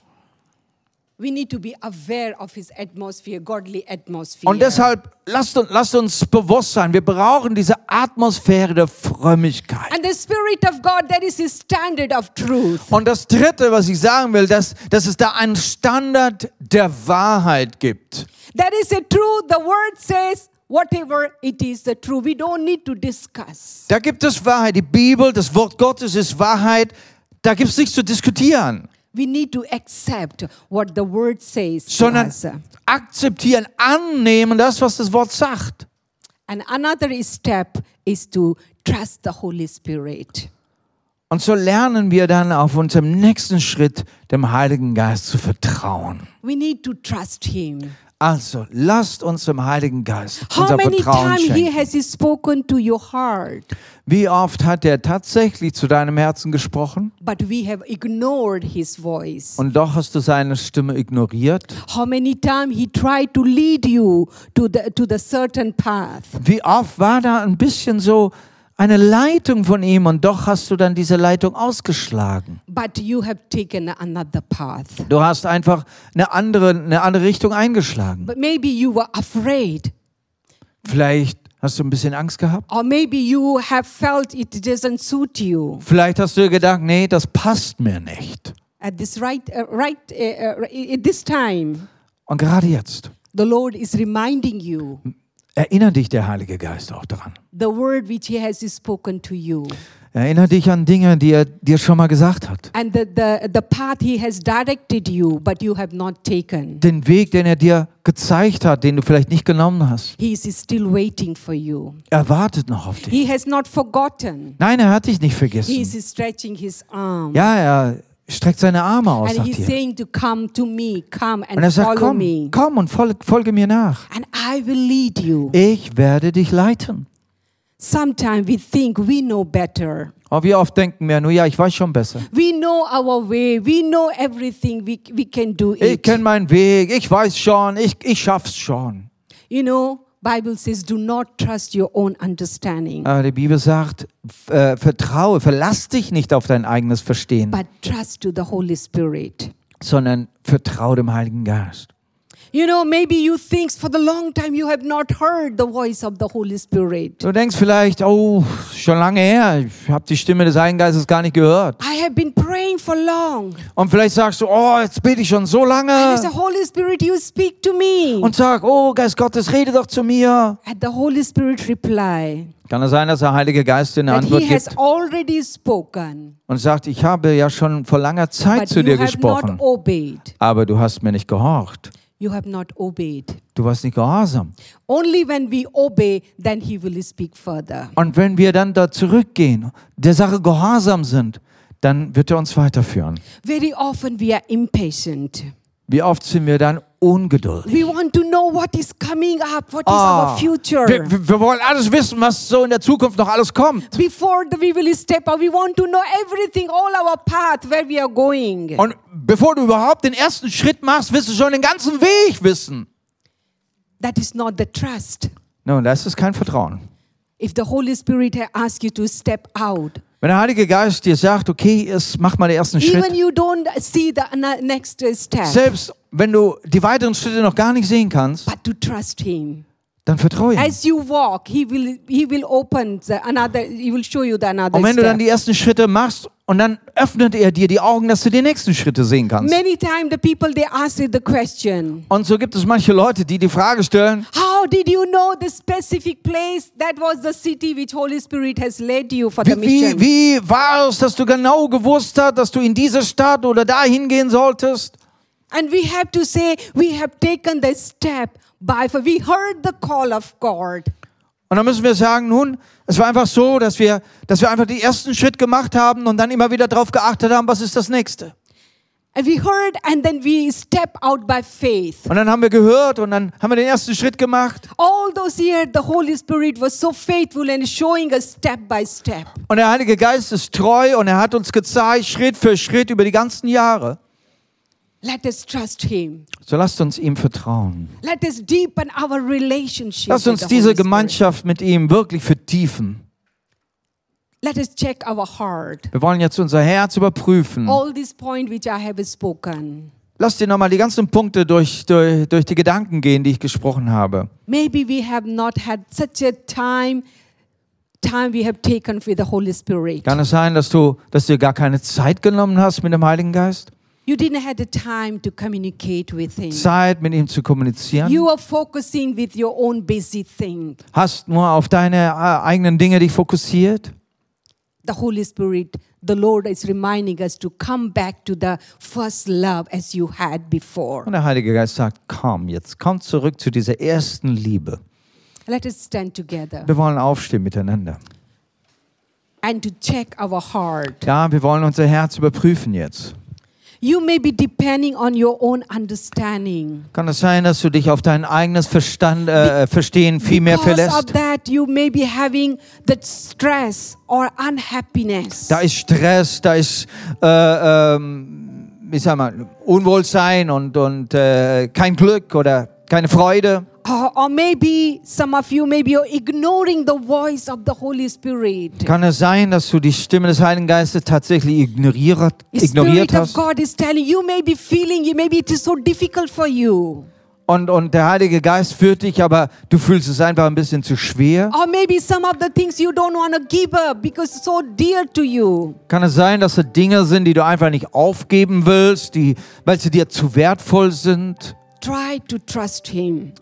We need to be aware of His atmosphere, godly atmosphere. Und deshalb lasst, uns- lasst uns bewusst sein, wir brauchen diese Atmosphäre der Frömmigkeit. and the Spirit of God, that is His standard of truth. Und das Dritte, was ich sagen will, dass, dass es da einen Standard der Wahrheit gibt. That is a truth. The Word says, whatever it is, the truth. We don't need to discuss. Da gibt es Wahrheit. Die Bibel, das Wort Gottes ist Wahrheit. Da gibt es nichts zu diskutieren, We need to accept what the Word says to sondern us. akzeptieren, annehmen das, was das Wort sagt. And another step is to trust the Holy Spirit. Und so lernen wir dann auf unserem nächsten Schritt dem Heiligen Geist zu vertrauen. We need to trust Him. Also, lasst uns dem Heiligen Geist How unser many Vertrauen times He schenken. has spoken to your heart, Wie oft hat er tatsächlich zu deinem Herzen gesprochen but we have ignored His voice? und doch hast du seine Stimme ignoriert? How many times He tried to lead you to the, to the certain path? Wie oft war da ein bisschen so eine Leitung von ihm und doch hast du dann diese Leitung ausgeschlagen? But you have taken another path. Du hast einfach eine andere, eine andere Richtung eingeschlagen. But maybe you were afraid, Vielleicht hast du ein bisschen Angst gehabt. or maybe you have felt it doesn't suit you. Vielleicht hast du dir gedacht, nee, das passt mir nicht. At this right, uh, right, uh, uh, at this time, Und gerade jetzt the Lord is reminding you erinnere dich der Heilige Geist auch daran. the word which He has spoken to you, Erinnere dich an Dinge, die er dir schon mal gesagt hat. and the, the, the path He has directed you, but you have not taken. Den Weg, den er dir gezeigt hat, den du vielleicht nicht genommen hast. He is still waiting for you. Er wartet noch auf dich. He has not forgotten. Nein, er hat dich nicht He vergessen. is stretching His arm. Ja, er streckt seine Arme aus And nach he's dir. saying to come to me, come and, Und er sagt, follow komm, me, komm und fol- folge mir nach. and I will lead you. Ich werde dich leiten. Sometimes we think we know better. Aber Oh, wie oft denken wir, nur ja, ich weiß schon besser. We know our way. We know everything. We, we can do Ich it. kenne meinen Weg, ich weiß schon, ich, ich schaff's schon. You know, Bible says, do not trust your own understanding, Aber die Bibel sagt, f- äh, vertraue, verlass dich nicht auf dein eigenes Verstehen, but trust to the Holy Spirit. sondern vertraue dem Heiligen Geist. You know, maybe you think for the long time you have not heard the voice of the Holy Spirit. Du denkst vielleicht, oh, schon lange her, ich habe die Stimme des Heiligen Geistes gar nicht gehört. I have been praying for long. Und vielleicht sagst du, oh, jetzt bete ich schon so And it's the lange. Holy Spirit, you speak to me. Und sag, oh, Geist Gottes, rede doch zu mir. And the Holy Spirit reply Kann es sein, dass der Heilige Geist dir eine that Antwort He has gibt already spoken, und sagt, ich habe ja schon vor langer Zeit but zu you dir have not gesprochen, obeyed. aber du hast mir nicht gehorcht. You have not obeyed. Du warst nicht gehorsam. Only when we obey, then He will speak further. Und wenn wir dann da zurückgehen, der Sache gehorsam sind, dann wird er uns weiterführen. Very often we are impatient. Wie oft sind wir dann ungeduldig? We want to know what is coming up, what is Ah, our future. Wir, wir wir wollen alles wissen, was so in der Zukunft noch alles kommt. Before the, we will step out, we want to know everything, all our path, where we are going. Und bevor du überhaupt den ersten Schritt machst, willst du schon den ganzen Weg wissen. That is not the trust. Nun, das ist kein Vertrauen. If the Holy Spirit has asked you to step out, Wenn der Heilige Geist dir sagt, okay, jetzt mach mal den ersten even Schritt, you don't see the na- next step, selbst wenn du die weiteren Schritte noch gar nicht sehen kannst, but to trust Him. dann vertraue ihm. As you walk, He will He will open the another. He will show you the another Und wenn du step. dann die ersten Schritte machst und dann öffnet er dir die Augen, dass du die nächsten Schritte sehen kannst. Many times the people they ask you the question, Und so gibt es manche Leute, die die Frage stellen, How did you know the specific place that was the city which Holy Spirit has led you for the wie, mission? wie, wie war es, dass du genau gewusst hast, dass du in diese Stadt oder da hingehen solltest? And we have to say, we have taken the step by for we heard the call of God. Und dann müssen wir sagen, nun, es war einfach so, dass wir, dass wir einfach den ersten Schritt gemacht haben und dann immer wieder darauf geachtet haben, was ist das Nächste. And we heard, and then we step out by faith. Und dann haben wir gehört und dann haben wir den ersten Schritt gemacht All those years, the Holy Spirit was so faithful and showing us step by step. und der Heilige Geist ist treu und er hat uns gezeigt, Schritt für Schritt über die ganzen Jahre. Let us trust Him. So lasst uns ihm vertrauen. Let us deepen our relationship. Lasst with uns the diese Holy Spirit. Gemeinschaft mit ihm wirklich vertiefen. Let us check our heart. Wir wollen jetzt unser Herz überprüfen. All these points which I have spoken. Lasst dir nochmal die ganzen Punkte durch, durch, durch die Gedanken gehen, die ich gesprochen habe. Maybe we have not had such a time, time we have taken with the Holy Spirit. Kann es sein, dass du, dass du dir gar keine Zeit genommen hast mit dem Heiligen Geist? You didn't have the time to communicate with Him. Zeit, mit ihm zu kommunizieren? You are focusing with your own busy thing. Hast nur auf deine äh, eigenen Dinge dich fokussiert? The Holy Spirit, the Lord is reminding us to come back to the first love as you had before. Und der Heilige Geist sagt, komm jetzt, komm zurück zu dieser ersten Liebe. Let us stand together Wir wollen aufstehen miteinander. and to check our heart. Ja, wir wollen unser Herz überprüfen jetzt. You may be depending on your own understanding. Kann es sein, dass du dich auf dein eigenes Verstand, äh, Verstehen viel mehr Because of verlässt? that, you may be having that stress or unhappiness. Da ist Stress, da ist, äh, ähm, wie sag mal, Unwohlsein und, und äh, kein Glück oder keine Freude. Uh, Or, or maybe some of you, maybe you're ignoring the voice of the Holy Spirit. Kann es sein, dass du die Stimme des Heiligen Geistes tatsächlich ignoriert, The Spirit ignoriert of hast? God is telling you, may be feeling, you maybe it is so difficult for you. Und, und der Heilige Geist führt dich, aber du fühlst es einfach ein bisschen zu schwer? Or maybe some of the things you don't want to give up because it's so dear to you. Kann es sein, dass da Dinge sind, die du einfach nicht aufgeben willst, die, weil sie dir zu wertvoll sind? Try to trust Him.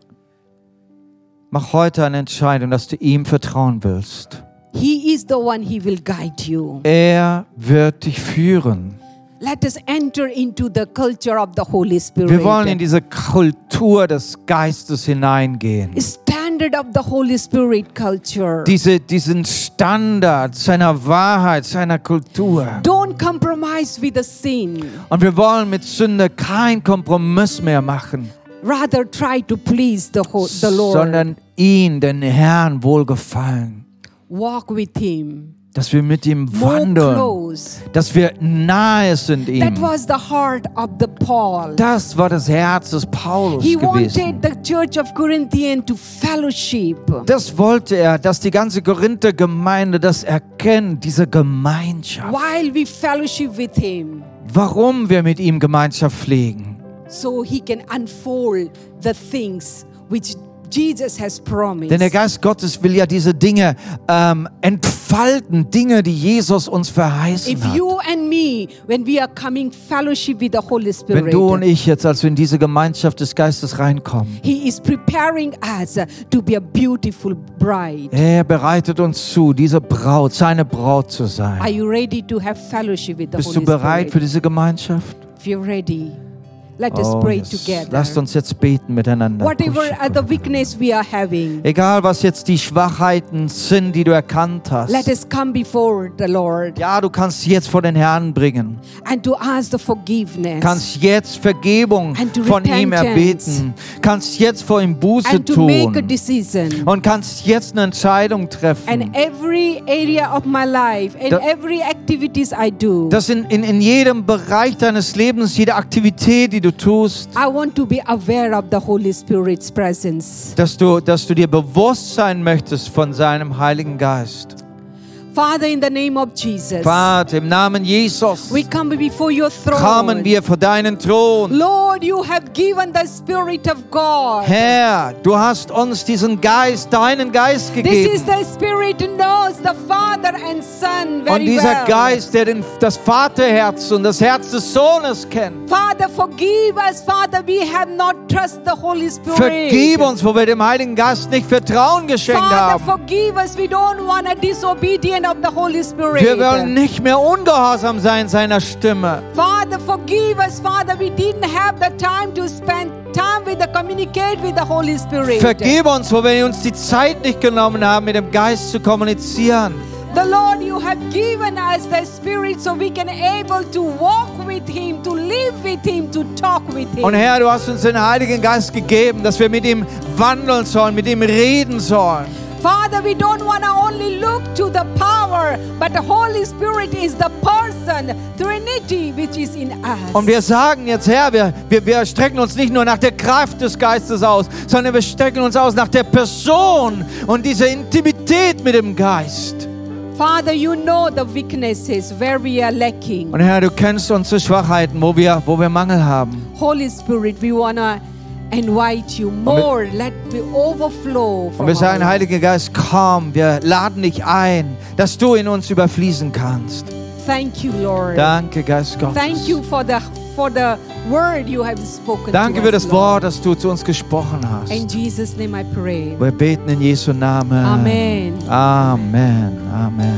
Mach heute eine Entscheidung, dass du ihm vertrauen willst. He is the one, He will guide you. Er wird dich führen. Let us enter into the culture of the Holy Wir wollen Spirit. in diese Kultur des Geistes hineingehen. Standard of the Holy Spirit culture. Diese, diesen Standard seiner Wahrheit, seiner Kultur. Don't compromise with the sin. Und wir wollen mit Sünde keinen Kompromiss mehr machen, Rather, try to please the, ho- the Lord. sondern ihn, den Herrn, wohlgefallen. Walk with Him. Dass wir mit ihm More wandeln, close. dass wir nahe sind That ihm. was the heart of the Paul. Das war das Herz des Paulus He gewesen. wanted the church of Corinthian to fellowship. Das wollte er, dass die ganze Korinther-Gemeinde das erkennt, diese Gemeinschaft. While we fellowship with him, warum wir mit ihm Gemeinschaft pflegen, so he can unfold the things which Jesus has promised. Denn der Geist Gottes will ja diese Dinge ähm, entfalten, Dinge, die Jesus uns verheißen if hat. you and me, when we are coming fellowship with the Holy Spirit, Wenn du und ich jetzt also in diese Gemeinschaft des Geistes reinkommen, He is preparing us uh, to be a beautiful bride. er bereitet uns zu, diese Braut, seine Braut zu Are sein. you ready to have fellowship with the Bist du Holy bereit für Spirit? diese Gemeinschaft? If you're ready, let us Oh, pray yes. together. Lasst uns jetzt beten miteinander. Whatever other weakness we are having, Egal, was jetzt die Schwachheiten sind, die du erkannt let hast. us come before the Lord Ja, du kannst sie jetzt vor den Herrn bringen. and to ask the forgiveness kannst jetzt Vergebung And to von ihm repentance. erbeten, kannst jetzt vor ihm Buße and to make a tun decision. und kannst jetzt eine Entscheidung treffen, And every area of my life and Da- every activities I do, dass in, in, in jedem Bereich deines Lebens, jede Aktivität, die du tust, I want to be aware of the Holy Spirit's presence. dass du, dass du dir bewusst sein möchtest von seinem Heiligen Geist. Father, in the name of Jesus, Vater, im Namen Jesus we come before your throne. kommen wir vor deinen Thron. Lord, you have given the Spirit of God. Herr, du hast uns diesen Geist, deinen Geist This is gegeben. the Spirit who knows the Father and Son Und very dieser well. Geist, der den, das Vaterherz und das Herz des Sohnes kennt. Father, forgive us, Father. We have not trust the Holy Spirit. Vergib uns, wo wir dem Heiligen Geist nicht Vertrauen geschenkt Father, haben. forgive us. We don't want to disobedient of the Holy Spirit. Wir wollen nicht mehr ungehorsam sein seiner Stimme. Father, forgive us, Father. We didn't have the time to spend time with the communicate with the Holy Spirit. Vergib uns, wo wir uns die Zeit nicht genommen haben, mit dem Geist zu kommunizieren. The Lord, you have given us the Spirit so we can able to walk with Him, to live with Him, to talk with Him. Und Herr, du hast uns den Heiligen Geist gegeben, dass wir mit ihm wandeln sollen, mit ihm reden sollen. Father, we don't want to only look to the power, but the Holy Spirit is the person, Trinity, which is in us. Und wir sagen jetzt, Herr, wir, wir, wir strecken uns nicht nur nach der Kraft des Geistes aus, sondern wir strecken uns aus nach der Person und dieser Intimität mit dem Geist. Father, you know the weaknesses where we are lacking. Und Herr, du kennst unsere Schwachheiten, wo wir, wo wir Mangel haben. Holy Spirit, we want to invite you more. Let me overflow. Und From wir sagen, our Heiliger Geist, komm, wir laden dich ein, dass du in uns überfließen kannst. Thank you, Lord. Danke, Geist Gottes. Thank you for the for the word you have spoken. to Danke für us, das Lord. Wort, das du zu uns gesprochen hast. In Jesus' name I pray. Wir beten in Jesu Namen. Amen. Amen. Amen.